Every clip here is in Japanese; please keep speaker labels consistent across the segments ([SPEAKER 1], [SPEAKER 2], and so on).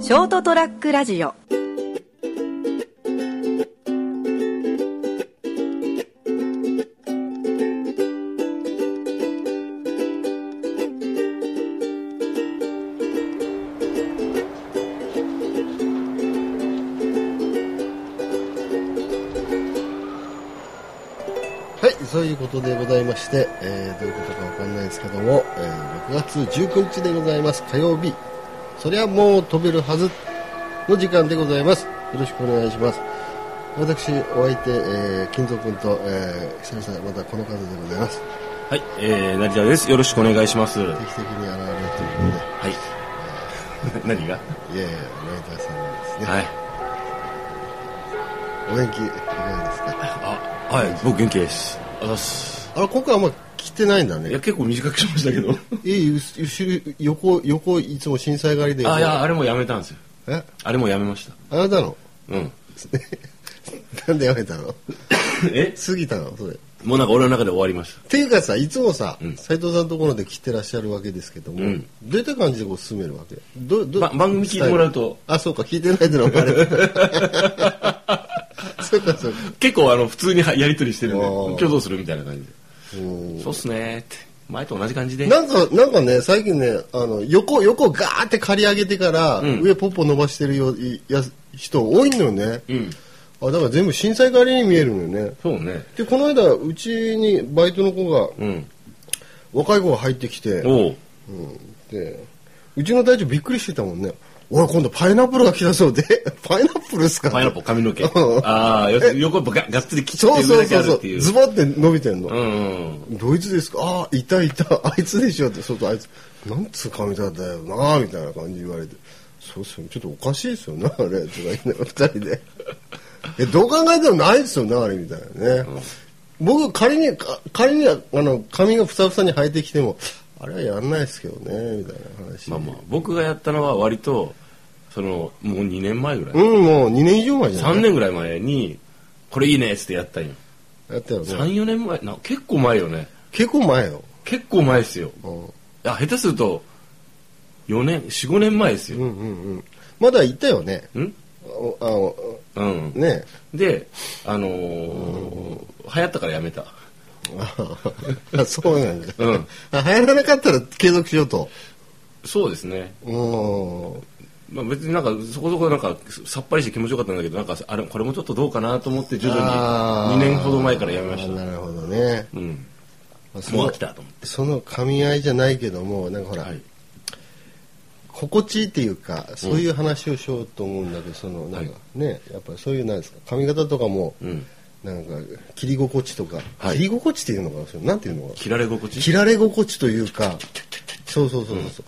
[SPEAKER 1] ショートトラックラジオ
[SPEAKER 2] はい、そういうことでございまして、えーどういうことかわかんないですけども、えー6月19日でございます、火曜日。そりゃもう飛べるはずの時間でございます。よろしくお願いします。私、お相手、えー金蔵君と、えー久々またこの方でございます。
[SPEAKER 3] はい、えー、成田です。よろしくお願いします。は
[SPEAKER 2] 定期的に現れるというこ
[SPEAKER 3] い。 何が
[SPEAKER 2] とで、いやいや、ライターさんなんですね。
[SPEAKER 3] はい。
[SPEAKER 2] お元気、いかがですか
[SPEAKER 3] あ、はい、僕元気です。あざっす。
[SPEAKER 2] あれ、今回あんま来てないんだ
[SPEAKER 3] い
[SPEAKER 2] ね
[SPEAKER 3] や、。結構短くしましたけど。
[SPEAKER 2] いい、う後ろ、横、横、いつも震災狩りで。
[SPEAKER 3] あ、いや、あれもやめたんですよ。
[SPEAKER 2] え
[SPEAKER 3] あれもやめました。
[SPEAKER 2] あれだろ
[SPEAKER 3] うん。
[SPEAKER 2] なんでやめたの
[SPEAKER 3] え
[SPEAKER 2] 過ぎたのそれ。っ
[SPEAKER 3] もうなんか俺の中で終わりました。
[SPEAKER 2] ていうかさ、いつもさ、
[SPEAKER 3] ん
[SPEAKER 2] 斉藤さんのところで来てらっしゃるわけですけども、
[SPEAKER 3] うん
[SPEAKER 2] どういった感じでこう進めるわけどど、
[SPEAKER 3] ば番組聞いてもらうと
[SPEAKER 2] あ、そうか、聞いてないってのはバレ たそうか、そうか。
[SPEAKER 3] 結構あの、普通にはやりとりしてるんで、
[SPEAKER 2] おー
[SPEAKER 3] 今日どうするみたいな感じ
[SPEAKER 2] おー
[SPEAKER 3] で。そうっすねーって。前と同じ感じで。
[SPEAKER 2] なんか、なんかね、最近ね、あの、横、横ガーって刈り上げてから、
[SPEAKER 3] ん
[SPEAKER 2] 上ポッポ伸ばしてるよいや人多いのよね。
[SPEAKER 3] うん。
[SPEAKER 2] あ、だから全部震災狩りに見えるのよね。
[SPEAKER 3] そうね。
[SPEAKER 2] で、この間、うちにバイトの子が、
[SPEAKER 3] うん。
[SPEAKER 2] 若い子が入ってきて、
[SPEAKER 3] おう。
[SPEAKER 2] でうちの大将びっくりしてたもんねおい今度パイナップルが来たそうで パイナップルですか
[SPEAKER 3] パイナップル髪の毛
[SPEAKER 2] う。ん
[SPEAKER 3] ああ、よ横ががっつり切っ
[SPEAKER 2] そう
[SPEAKER 3] て
[SPEAKER 2] そ
[SPEAKER 3] 上
[SPEAKER 2] う
[SPEAKER 3] だけ
[SPEAKER 2] そ
[SPEAKER 3] あ
[SPEAKER 2] う
[SPEAKER 3] る
[SPEAKER 2] そ
[SPEAKER 3] っていうう。
[SPEAKER 2] ズボって伸びてんの、
[SPEAKER 3] うんうん。
[SPEAKER 2] ドイツですかああいたい たあいつでしょってそうそうあいつなんつう髪型だよなみたいな感じ言われてそうっすよねちょっとおかしいですよねあれとか言いながら二人で えどう考えてもないですよねあれみたいなね、僕仮にか仮にあの髪がふさふさに生えてきてもあれはやんないですけどねみたいな話
[SPEAKER 3] まあまあ、僕がやったのは割と、その、もう2年前ぐらい。
[SPEAKER 2] うん、もう2年以上前じゃない
[SPEAKER 3] 3年ぐらい前に、これいいねっつってやったんよ。
[SPEAKER 2] やったよね。
[SPEAKER 3] 3、4年前な、結構前よね。
[SPEAKER 2] 結構前よ。
[SPEAKER 3] 結構前ですよ。
[SPEAKER 2] うん
[SPEAKER 3] あ、下手すると、4年、4、5年前です
[SPEAKER 2] うん
[SPEAKER 3] よ。
[SPEAKER 2] うんうん。まだいたよね。
[SPEAKER 3] ん
[SPEAKER 2] おあの
[SPEAKER 3] うん。
[SPEAKER 2] ね
[SPEAKER 3] で、あのー、流行ったからやめた。
[SPEAKER 2] あ そうなんだ。
[SPEAKER 3] うん
[SPEAKER 2] あ流行らなかったら継続しようと。
[SPEAKER 3] そうですね。
[SPEAKER 2] うん。
[SPEAKER 3] まあ別になんか、そこそこなんか、さっぱりして気持ちよかったんだけど、なんか、あれ、これもちょっとどうかなと思って、徐
[SPEAKER 2] あ
[SPEAKER 3] 々
[SPEAKER 2] ー
[SPEAKER 3] に2年ほど前からやめました。
[SPEAKER 2] なるほどね。
[SPEAKER 3] うん。
[SPEAKER 2] まあその
[SPEAKER 3] もう飽きたと思っ
[SPEAKER 2] その噛み合いじゃないけども、なんかほ
[SPEAKER 3] て。
[SPEAKER 2] ら、
[SPEAKER 3] はい。
[SPEAKER 2] 心地いいっていうか、そういう話をしようと思うんだけど、その、なんか、ね、やっぱりそういう、なんですか、髪型とかも、
[SPEAKER 3] うん。
[SPEAKER 2] なんか、切り心地とか、
[SPEAKER 3] はい
[SPEAKER 2] 切り心地っていうのかな、それなんていうのかな。
[SPEAKER 3] 切られ心地
[SPEAKER 2] 切られ心地というかそうそうそうそう、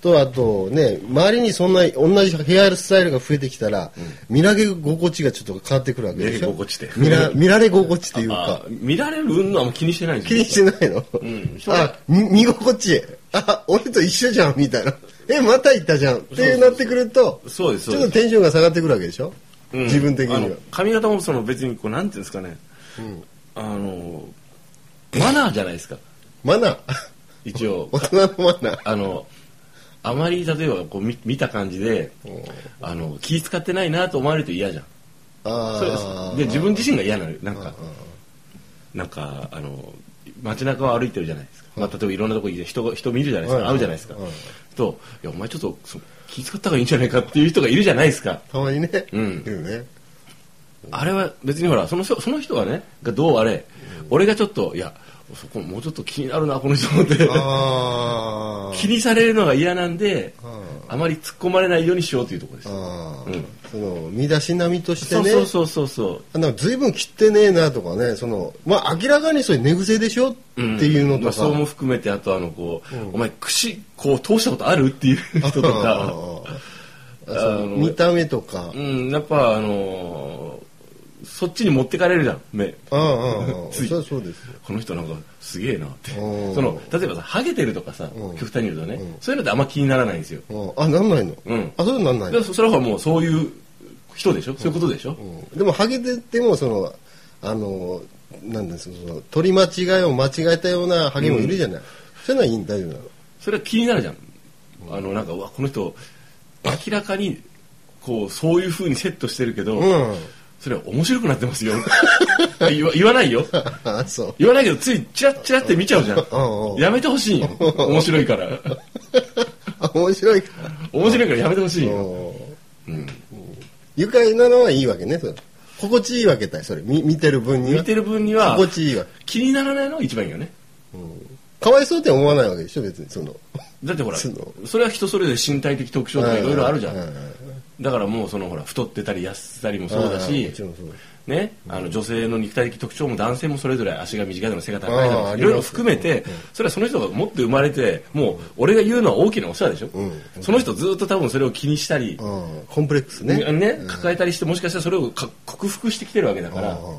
[SPEAKER 2] とあとね周りにそんな同じヘアスタイルが増えてきたら、見られ心地がちょっと変わってくるわけでしょ
[SPEAKER 3] 見られ心地って
[SPEAKER 2] 見ら見られ心地っていう
[SPEAKER 3] あ
[SPEAKER 2] か
[SPEAKER 3] 見られる云々はあんま気にしてないんです
[SPEAKER 2] 気にしてないの、
[SPEAKER 3] ん
[SPEAKER 2] あみ見心地いいあ俺と一緒じゃんみたいなえまた行ったじゃんってなってくると
[SPEAKER 3] そうですそう
[SPEAKER 2] ちょ
[SPEAKER 3] で
[SPEAKER 2] っ
[SPEAKER 3] す
[SPEAKER 2] とテンションが下がってくるわけでしょ、
[SPEAKER 3] うん
[SPEAKER 2] 自分的に
[SPEAKER 3] あ
[SPEAKER 2] は
[SPEAKER 3] の髪型もその別にこうなんていうんですかね、あのマナーじゃないですか
[SPEAKER 2] マナー
[SPEAKER 3] 一応
[SPEAKER 2] 大人のマナー
[SPEAKER 3] あのあまり例えばこう見見た感じであの気使ってないなと思われると嫌じゃんそれ
[SPEAKER 2] あー
[SPEAKER 3] で自分自身が嫌なのよなんかなんかあの街中を歩いてるじゃないですか、まあ、例えばいろんなとこ行って人が人見るじゃないですか、
[SPEAKER 2] はい
[SPEAKER 3] 会うじゃないですか、
[SPEAKER 2] はい
[SPEAKER 3] といやお前ちょっとそ気使った方がいいんじゃないかっていう人がいるじゃないですか
[SPEAKER 2] たまにね、
[SPEAKER 3] うん
[SPEAKER 2] 言うね
[SPEAKER 3] あれは別にほらその人その人がねがどうあれ、俺がちょっといやそこもうちょっと気になるなこの人って
[SPEAKER 2] ああ
[SPEAKER 3] 気にされるのが嫌なんで
[SPEAKER 2] あ
[SPEAKER 3] あまり突っ込まれないようにしようというところです
[SPEAKER 2] ああ、
[SPEAKER 3] うん
[SPEAKER 2] その身だしなみとして
[SPEAKER 3] そう
[SPEAKER 2] ね
[SPEAKER 3] そうそうそうそう
[SPEAKER 2] あなんか随分切ってねえなとかねそのまあ明らかにそういう寝癖でしょって
[SPEAKER 3] ん
[SPEAKER 2] いうのと
[SPEAKER 3] まあ
[SPEAKER 2] か、
[SPEAKER 3] それも含めてあとあのこう、お前串こう通したことあるっていう人と か
[SPEAKER 2] ああああその見た目とか、
[SPEAKER 3] うんやっぱあのーそっちに持ってかれるじゃん目
[SPEAKER 2] ああああああそ
[SPEAKER 3] つい
[SPEAKER 2] りゃそうですよ
[SPEAKER 3] この人なんかすげえなって
[SPEAKER 2] うん
[SPEAKER 3] その例えばさハゲてるとかさ
[SPEAKER 2] うん
[SPEAKER 3] 極端に言うとねそういうのってあんま気にならないんですよ
[SPEAKER 2] ああなんないの、
[SPEAKER 3] うん
[SPEAKER 2] あそれなんない
[SPEAKER 3] で
[SPEAKER 2] の、
[SPEAKER 3] そそれはもうそういう人でしょそういうことでしょ、
[SPEAKER 2] うんでもハゲててもそのあのなんですかその取り間違いを間違えたようなハゲもいるじゃない、そういうのはいいん大丈夫なの
[SPEAKER 3] それは気になるじゃん、あのなんかうわこの人明らかにこうそういう風にセットしてるけど、
[SPEAKER 2] うん
[SPEAKER 3] それは面白くなってますよ 言わ言わないよ
[SPEAKER 2] あそう
[SPEAKER 3] 言わないけどついチラッチラッって見ちゃうじゃん
[SPEAKER 2] うんうん
[SPEAKER 3] やめてほしいよ面白いから
[SPEAKER 2] あ面白いか
[SPEAKER 3] 面白いからやめてほしい
[SPEAKER 2] うん
[SPEAKER 3] よ
[SPEAKER 2] 愉快なのはいいわけねそれ心地いいわけだよそれみ見てる分には
[SPEAKER 3] 見てる分には
[SPEAKER 2] 心地いいわ
[SPEAKER 3] 気にならないのが一番いいよね
[SPEAKER 2] かわいそうって思わないわけでしょ別にその
[SPEAKER 3] だってほら
[SPEAKER 2] そ
[SPEAKER 3] そ
[SPEAKER 2] の
[SPEAKER 3] れは人それぞれ身体的特徴とかいろいろあるじゃ
[SPEAKER 2] うんうん
[SPEAKER 3] んだからもうそのほら太ってたり痩せてたりもそうだ
[SPEAKER 2] も
[SPEAKER 3] し
[SPEAKER 2] ちろんそうだ
[SPEAKER 3] ね、あの女性の肉体的特徴も男性もそれぞれ足が短いだの背が高いだ
[SPEAKER 2] ああ
[SPEAKER 3] のいろいろ含めてそれはその人が持って生まれてもう俺が言うのは大きなお世話でしょ、
[SPEAKER 2] うん
[SPEAKER 3] その人ずっと多分それを気にしたり、
[SPEAKER 2] うんコンプレックスね
[SPEAKER 3] ね抱えたりしてもしかしたらそれをか克服してきてるわけだから
[SPEAKER 2] うんうん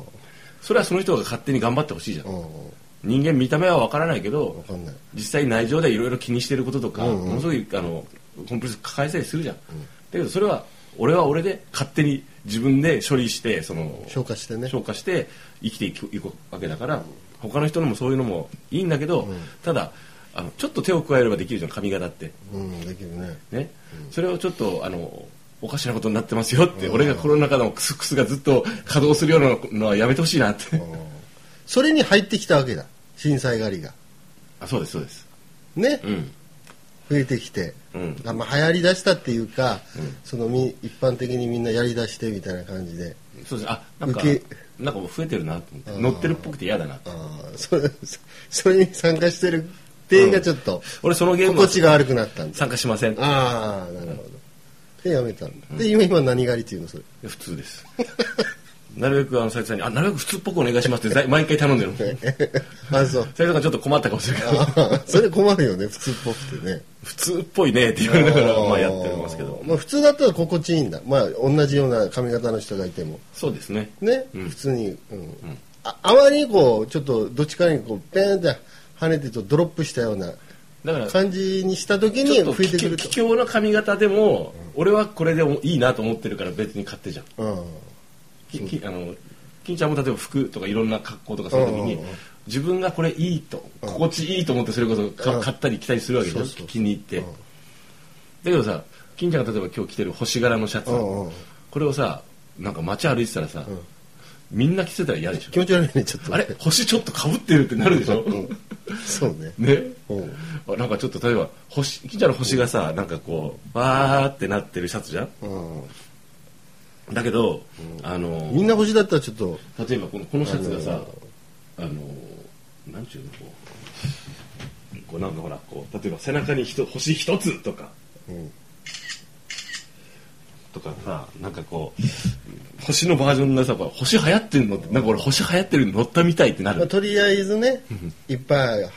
[SPEAKER 3] それはその人が勝手に頑張ってほしいじゃん、
[SPEAKER 2] うんうん
[SPEAKER 3] 人間見た目は分からないけど
[SPEAKER 2] わかんない
[SPEAKER 3] 実際内情でいろいろ気にしてることとか、
[SPEAKER 2] うんうん
[SPEAKER 3] ものすごいあのコンプレックス抱えたりするじゃん、だけどそれは俺は俺で勝手に自分で処理してその
[SPEAKER 2] 消化してね
[SPEAKER 3] 消化して生きていくいくわけだから、他の人のもそういうのもいいんだけど、ただあのちょっと手を加えればできるじゃん髪型って、
[SPEAKER 2] うんできるね
[SPEAKER 3] ねそれをちょっとあのおかしなことになってますよって、俺がコロナ禍のクスクスがずっと稼働するようなのはやめてほしいなって、
[SPEAKER 2] それに入ってきたわけだ震災狩りが
[SPEAKER 3] あそうですそうです
[SPEAKER 2] ね
[SPEAKER 3] うん
[SPEAKER 2] 増えてきて、
[SPEAKER 3] うん
[SPEAKER 2] あまあ、流行りだしたっていうか、そのみ一般的にみんなやりだしてみたいな感じで
[SPEAKER 3] そうですあなんか
[SPEAKER 2] 受け
[SPEAKER 3] なんかもう増えてるなと思って乗ってるっぽくて嫌だな
[SPEAKER 2] あーそれそれに参加してる手がちょっと、
[SPEAKER 3] 俺そのゲーム
[SPEAKER 2] 心
[SPEAKER 3] は
[SPEAKER 2] 地が悪くなったんだ
[SPEAKER 3] 参加しません
[SPEAKER 2] ああなるほどでやめたんだで今今何狩りっていうのそれ
[SPEAKER 3] 普通です なるべくあの斉藤さんにあなるべく普通っぽくお願いしますって ざい毎回頼んでるの斉藤
[SPEAKER 2] あそう
[SPEAKER 3] さんがちょっと困ったかもしれない
[SPEAKER 2] あーそれ困るよね普通っぽくてね
[SPEAKER 3] 普通っぽいねって言われながら
[SPEAKER 2] ー
[SPEAKER 3] まあやってますけど
[SPEAKER 2] まあ、普通だったら心地いいんだまあ同じような髪型の人がいても
[SPEAKER 3] そうですね
[SPEAKER 2] ね、
[SPEAKER 3] うん
[SPEAKER 2] 普通に、うんああまりこうちょっとどっちかにこうペーンって跳ねてちょっとドロップしたような
[SPEAKER 3] だから
[SPEAKER 2] 感じにした時
[SPEAKER 3] ち
[SPEAKER 2] に
[SPEAKER 3] ょっと
[SPEAKER 2] 増えてくる
[SPEAKER 3] き
[SPEAKER 2] と
[SPEAKER 3] き卑怯な髪型でも、俺はこれでもいいなと思ってるから別に買ってじゃん
[SPEAKER 2] うん
[SPEAKER 3] ききあの金ちゃんも例えば服とかいろんな格好とかその時
[SPEAKER 2] うん
[SPEAKER 3] に
[SPEAKER 2] うんうん
[SPEAKER 3] 自分がこれいいと
[SPEAKER 2] ん
[SPEAKER 3] 心地いいと思ってそれこそか
[SPEAKER 2] うん
[SPEAKER 3] 買ったり着たりするわけじゃん
[SPEAKER 2] そうそうそう
[SPEAKER 3] 気に入って
[SPEAKER 2] うん
[SPEAKER 3] だけどさ金ちゃんが例えば今日着てる星柄のシャツ
[SPEAKER 2] うんうん
[SPEAKER 3] これをさなんか街歩いてたらさみんな着てたら嫌でし
[SPEAKER 2] 気
[SPEAKER 3] ょ
[SPEAKER 2] 持ち悪いねちょっと
[SPEAKER 3] あれ星ちょっとかぶってるってなるでしょ
[SPEAKER 2] そうね
[SPEAKER 3] ね
[SPEAKER 2] うん
[SPEAKER 3] あなんかちょっと例えば星金ちゃんの星がさなんかこうわーってなってるシャツじゃん
[SPEAKER 2] うん
[SPEAKER 3] だけど、あの
[SPEAKER 2] みんな星だったらちょっと
[SPEAKER 3] 例えばこのこのシャツがさあのなんちゅうのこうこうなんかほらこう例えば背中にひと星一つとか、
[SPEAKER 2] ん
[SPEAKER 3] とかさなんかこう星のバージョンがさこう星流行ってんのってなんか俺星流行ってるの乗ったみたいってな
[SPEAKER 2] まあ、
[SPEAKER 3] る
[SPEAKER 2] とりあえずねいっぱい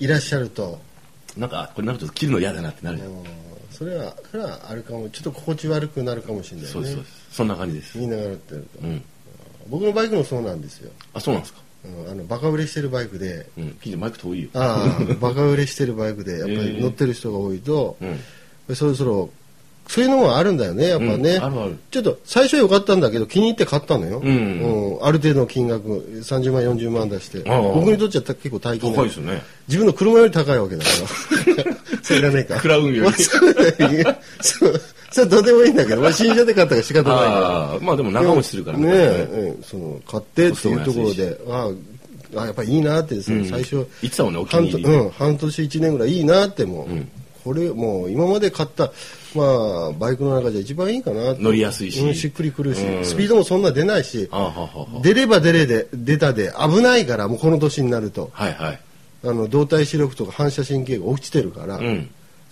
[SPEAKER 2] いらっしゃると、
[SPEAKER 3] なんかこれなんかちょっと着るの嫌だなってなるじ
[SPEAKER 2] う
[SPEAKER 3] ゃん、
[SPEAKER 2] ん、それはそれはあるかもちょっと心地悪くなるかもしれないね
[SPEAKER 3] そうですそうですそんな感じです、
[SPEAKER 2] みんなが乗ってると、
[SPEAKER 3] うん、
[SPEAKER 2] 僕のバイクもそうなんですよ、
[SPEAKER 3] あそうなんですか、
[SPEAKER 2] うん、あのバカ売れしてるバイクで
[SPEAKER 3] うん、金ちゃんマイク遠いよ
[SPEAKER 2] ああバカ売れしてるバイクでやっぱり乗ってる人が多いと、
[SPEAKER 3] うん
[SPEAKER 2] そろそろそういうのもあるんだよねやっぱね、
[SPEAKER 3] うんあるある
[SPEAKER 2] ちょっと最初は良かったんだけど気に入って買ったのよ、
[SPEAKER 3] うん
[SPEAKER 2] うんある程度の金額30万40万出して
[SPEAKER 3] ああ
[SPEAKER 2] 僕にとっちゃ結構大金だ
[SPEAKER 3] 高いですよね
[SPEAKER 2] 自分の車より高いわけだから それいらねえか
[SPEAKER 3] クラウンより
[SPEAKER 2] そうそうそれどうでもいいんだけど俺新車で買ったから仕方ないから
[SPEAKER 3] ああまあでも長持ちするから
[SPEAKER 2] ね
[SPEAKER 3] ね
[SPEAKER 2] え、うんその買ってっていうところであああやっぱりいいなってですね、
[SPEAKER 3] うん
[SPEAKER 2] 最初
[SPEAKER 3] 言ってたもんねお気
[SPEAKER 2] 半
[SPEAKER 3] に
[SPEAKER 2] と
[SPEAKER 3] 入りで
[SPEAKER 2] うん、半年1年ぐらいいいなってもう、
[SPEAKER 3] ん
[SPEAKER 2] これもう今まで買った、まあ、バイクの中じゃ一番いいかなって
[SPEAKER 3] 乗りやすいし
[SPEAKER 2] うんしっくりくるし、
[SPEAKER 3] うん
[SPEAKER 2] スピードもそんな出ないし
[SPEAKER 3] ああはあはあは
[SPEAKER 2] 出れば出れで出たで危ないからもうこの年になると
[SPEAKER 3] あはいはい
[SPEAKER 2] あの動体視力とか反射神経が落ちてるから、
[SPEAKER 3] うん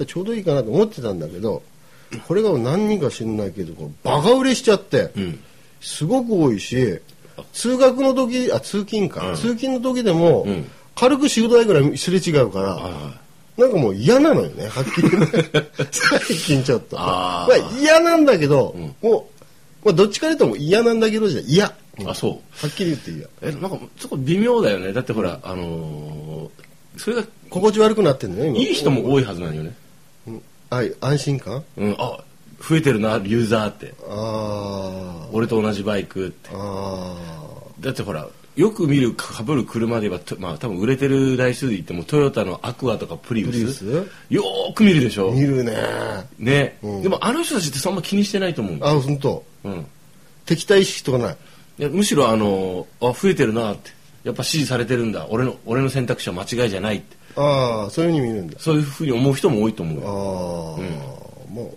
[SPEAKER 2] ちょうどいいかなと思ってたんだけどこれが何人か知んないけどこうバカ売れしちゃって、
[SPEAKER 3] うん
[SPEAKER 2] すごく多いし通学の時あ通勤か、通勤の時でも、
[SPEAKER 3] うん
[SPEAKER 2] 軽く4 5台ぐらいすれ違うから、
[SPEAKER 3] は
[SPEAKER 2] なんかもう嫌なのよねはっきり言って最近ちょっと
[SPEAKER 3] あ
[SPEAKER 2] ま
[SPEAKER 3] ー
[SPEAKER 2] あ、嫌なんだけど、もう、まあ、どっちかというともう嫌なんだけどじゃ嫌は
[SPEAKER 3] あそう
[SPEAKER 2] っきり言って嫌
[SPEAKER 3] えなんかそこ微妙だよねだってほらあのーそれが
[SPEAKER 2] 心地悪くなってんのよ今
[SPEAKER 3] いい人も多いはずなんよね
[SPEAKER 2] はい安心感
[SPEAKER 3] うんあ増えてるなユーザーって
[SPEAKER 2] あー
[SPEAKER 3] 俺と同じバイクって
[SPEAKER 2] あー
[SPEAKER 3] だってほらよく見るかぶる車で言えばとまあ多分売れてる台数で言ってもトヨタのアクアとかプリウス
[SPEAKER 2] プリウス
[SPEAKER 3] よーく見るでしょ
[SPEAKER 2] 見るね
[SPEAKER 3] ね、
[SPEAKER 2] うん
[SPEAKER 3] でもあの人たちってそんな気にしてないと思うんだ、
[SPEAKER 2] あ本当
[SPEAKER 3] うん、
[SPEAKER 2] 敵対意識とかない
[SPEAKER 3] いやむしろあのあ増えてるなってやっぱ支持されてるんだ俺の俺の選択肢は間違いじゃないって
[SPEAKER 2] ああそういうふうに見るんだ
[SPEAKER 3] そういうふうに思う人も多いと思
[SPEAKER 2] あ
[SPEAKER 3] う
[SPEAKER 2] あ
[SPEAKER 3] よ、
[SPEAKER 2] もう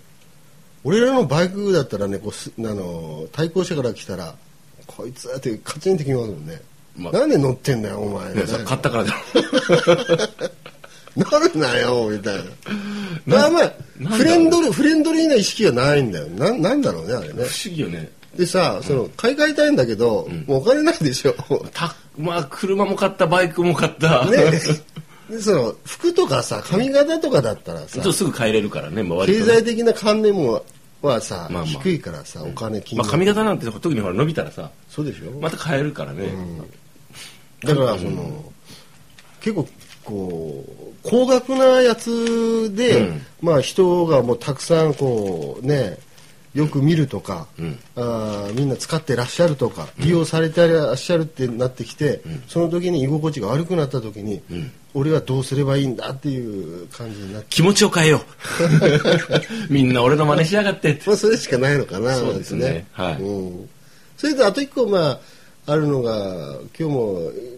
[SPEAKER 2] 俺らのバイクだったらねこうすあの対向車から来たらこいつだってカチンってきますもんね、
[SPEAKER 3] まあ
[SPEAKER 2] なんで乗ってんだよお前、
[SPEAKER 3] ね、さ買ったからだろ
[SPEAKER 2] なるなよみ たいなまあま
[SPEAKER 3] な
[SPEAKER 2] あフレンドリーフレンドリーな意識がないんだよななんだろうねあれね
[SPEAKER 3] 不思議よね
[SPEAKER 2] でさその買い替えたいんだけど、もうお金ないでしょ
[SPEAKER 3] たまあ車も買ったバイクも買った、
[SPEAKER 2] ねでその服とかさ髪型とかだったら
[SPEAKER 3] ちょ
[SPEAKER 2] さ
[SPEAKER 3] っとすぐ帰れるからね、まあ、割と
[SPEAKER 2] 経
[SPEAKER 3] ね
[SPEAKER 2] 済的な観念もはさ、
[SPEAKER 3] まあまあ
[SPEAKER 2] 低いからさお金気に
[SPEAKER 3] ま
[SPEAKER 2] な
[SPEAKER 3] あ、
[SPEAKER 2] る
[SPEAKER 3] 髪型なんて特にほら伸びたらさ
[SPEAKER 2] そうでしょ、
[SPEAKER 3] また変えるからね、
[SPEAKER 2] だからその、結構こう高額なやつで、
[SPEAKER 3] うん
[SPEAKER 2] まあ人がもうたくさんこうねよく見るとか、
[SPEAKER 3] ん
[SPEAKER 2] あーみんな使ってらっしゃるとか利用されてらっしゃるってなってきて、その時に居心地が悪くなった時に、俺はどうすればいいんだっていう感じになって、
[SPEAKER 3] 気持ちを変えよう みんな俺の真似しやがってって
[SPEAKER 2] まあ、それしかないのかな
[SPEAKER 3] そうですね
[SPEAKER 2] なんて
[SPEAKER 3] は
[SPEAKER 2] うん、それとあと一個まああるのが今日も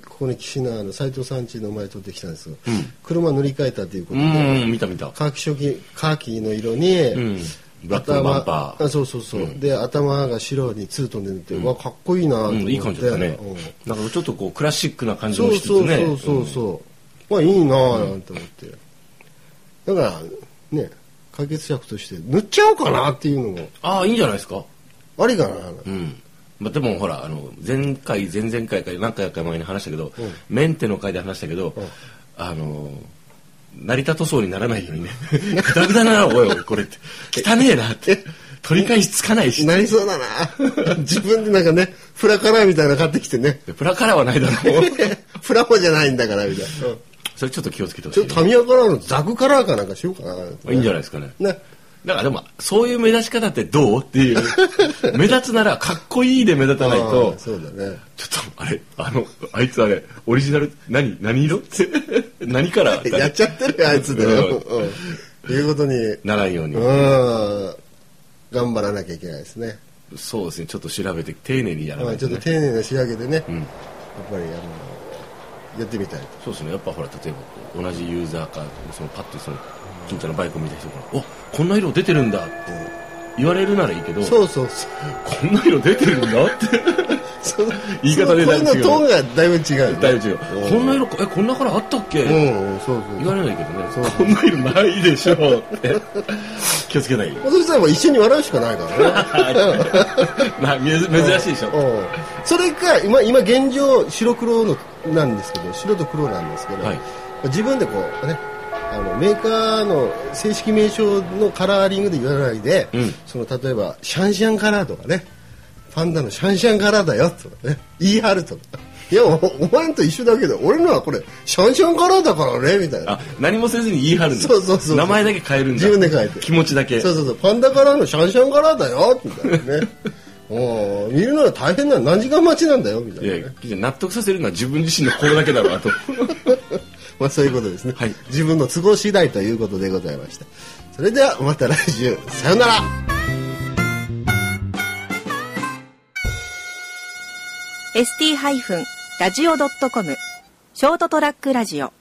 [SPEAKER 2] ここに岸のあの斎藤さん家の前取ってきたんですよ、車乗り換えたというこ
[SPEAKER 3] う
[SPEAKER 2] とで、
[SPEAKER 3] んうん見た見た
[SPEAKER 2] カーキ色カーキの色に、
[SPEAKER 3] んブラックのバンパ
[SPEAKER 2] 頭
[SPEAKER 3] ー
[SPEAKER 2] あそうそうそう、で頭が白にツートンで塗って、うわかっこいいなと
[SPEAKER 3] う
[SPEAKER 2] 思っ
[SPEAKER 3] ん
[SPEAKER 2] て、
[SPEAKER 3] いい感じだったね
[SPEAKER 2] うん
[SPEAKER 3] なんかちょっとこうクラシックな感じ
[SPEAKER 2] そ
[SPEAKER 3] も
[SPEAKER 2] う
[SPEAKER 3] しつ
[SPEAKER 2] そ
[SPEAKER 3] つ
[SPEAKER 2] う
[SPEAKER 3] ね
[SPEAKER 2] そうそうそう、まあいいなあなんて思って、だからね解決策として塗っちゃおうかなっていうのも
[SPEAKER 3] ああいいんじゃないですか
[SPEAKER 2] ありかな、
[SPEAKER 3] うんまあ、でもほらあの前回前々回か何回か前に話したけど、メンテの回で話したけど、
[SPEAKER 2] ん
[SPEAKER 3] あの成田塗装にならないようにね グダグダなおいおいこれって汚ねえなって取り返しつかないし
[SPEAKER 2] なり そうだな自分でなんかねフラカラーみたいなの買ってきてね
[SPEAKER 3] プラカラーはないだろう
[SPEAKER 2] フラモじゃないんだからみたいな、
[SPEAKER 3] それちょっと気をつけてほし
[SPEAKER 2] ち
[SPEAKER 3] い
[SPEAKER 2] ょ
[SPEAKER 3] ね、
[SPEAKER 2] っとタミヤカラーのザクカラーかなんかしようかな、
[SPEAKER 3] いいんじゃないですかね
[SPEAKER 2] ね
[SPEAKER 3] だからでもそういう目立ち方ってどうっ ていう目立つならかっこいいで目立たない
[SPEAKER 2] あ
[SPEAKER 3] と
[SPEAKER 2] ーそうだね
[SPEAKER 3] ちょっとあれあのあいつあれオリジナル何何色って 何から
[SPEAKER 2] やっちゃってるよあいつで、
[SPEAKER 3] うん
[SPEAKER 2] うん、いうことに
[SPEAKER 3] ならんように、
[SPEAKER 2] うん頑張らなきゃいけないですね
[SPEAKER 3] そうですねちょっと調べて丁寧にやら
[SPEAKER 2] ま
[SPEAKER 3] な
[SPEAKER 2] あ
[SPEAKER 3] い
[SPEAKER 2] ち
[SPEAKER 3] と、
[SPEAKER 2] ょっと
[SPEAKER 3] ね、
[SPEAKER 2] 丁寧な仕上げでね、
[SPEAKER 3] ん
[SPEAKER 2] やっぱりあのやってみたいと
[SPEAKER 3] そうですねやっぱほら例えばこう同じユーザーかそのパッとその近所のバイクを見た人から「おこんな色出てるんだ」って言われるならいいけど
[SPEAKER 2] そうそうそう
[SPEAKER 3] こんな色出てるんだって
[SPEAKER 2] その
[SPEAKER 3] 言い方でだいぶ
[SPEAKER 2] 声
[SPEAKER 3] 違う
[SPEAKER 2] のトーンがだいぶ違う
[SPEAKER 3] だいぶ違う
[SPEAKER 2] うん
[SPEAKER 3] こんな色えこんなカラーあったっけ、
[SPEAKER 2] うんうんそうそう
[SPEAKER 3] 言われないけどね
[SPEAKER 2] そう
[SPEAKER 3] こんな色ないでしょうって 気をつけ ないよ
[SPEAKER 2] そしたらもう一緒に笑うしかない からね
[SPEAKER 3] まあ珍珍しいでしょ、
[SPEAKER 2] うんそれか今今現状白黒のなんですけど白と黒なんですけど、
[SPEAKER 3] はい
[SPEAKER 2] 自分でこうねあのメーカーの正式名称のカラーリングで言わないで、
[SPEAKER 3] うん
[SPEAKER 2] その例えばシャンシャンカラーとかねパンダのシャンシャンカラーだよとかね言い張るとかいやおお前んと一緒だけど俺のはこれシャンシャンカラーだからねみたいな
[SPEAKER 3] あ何もせずに言い張るんだ
[SPEAKER 2] そうそうそう
[SPEAKER 3] 名前だけ変えるんだ
[SPEAKER 2] 自分で変えて
[SPEAKER 3] 気持ちだけ
[SPEAKER 2] そうそうそうパンダカラーのシャンシャンカラーだよみたいな ねおー見るのは大変なの何時間待ちなんだよみたい
[SPEAKER 3] い
[SPEAKER 2] な
[SPEAKER 3] や
[SPEAKER 2] ね、
[SPEAKER 3] いや納得させるのは自分自身の心だけだろうと
[SPEAKER 2] まあそういうことですね、
[SPEAKER 3] はい
[SPEAKER 2] 自分の都合次第ということでございましたそれではまた来週さよなら「
[SPEAKER 1] ST-radio.com ショートトラックラジオ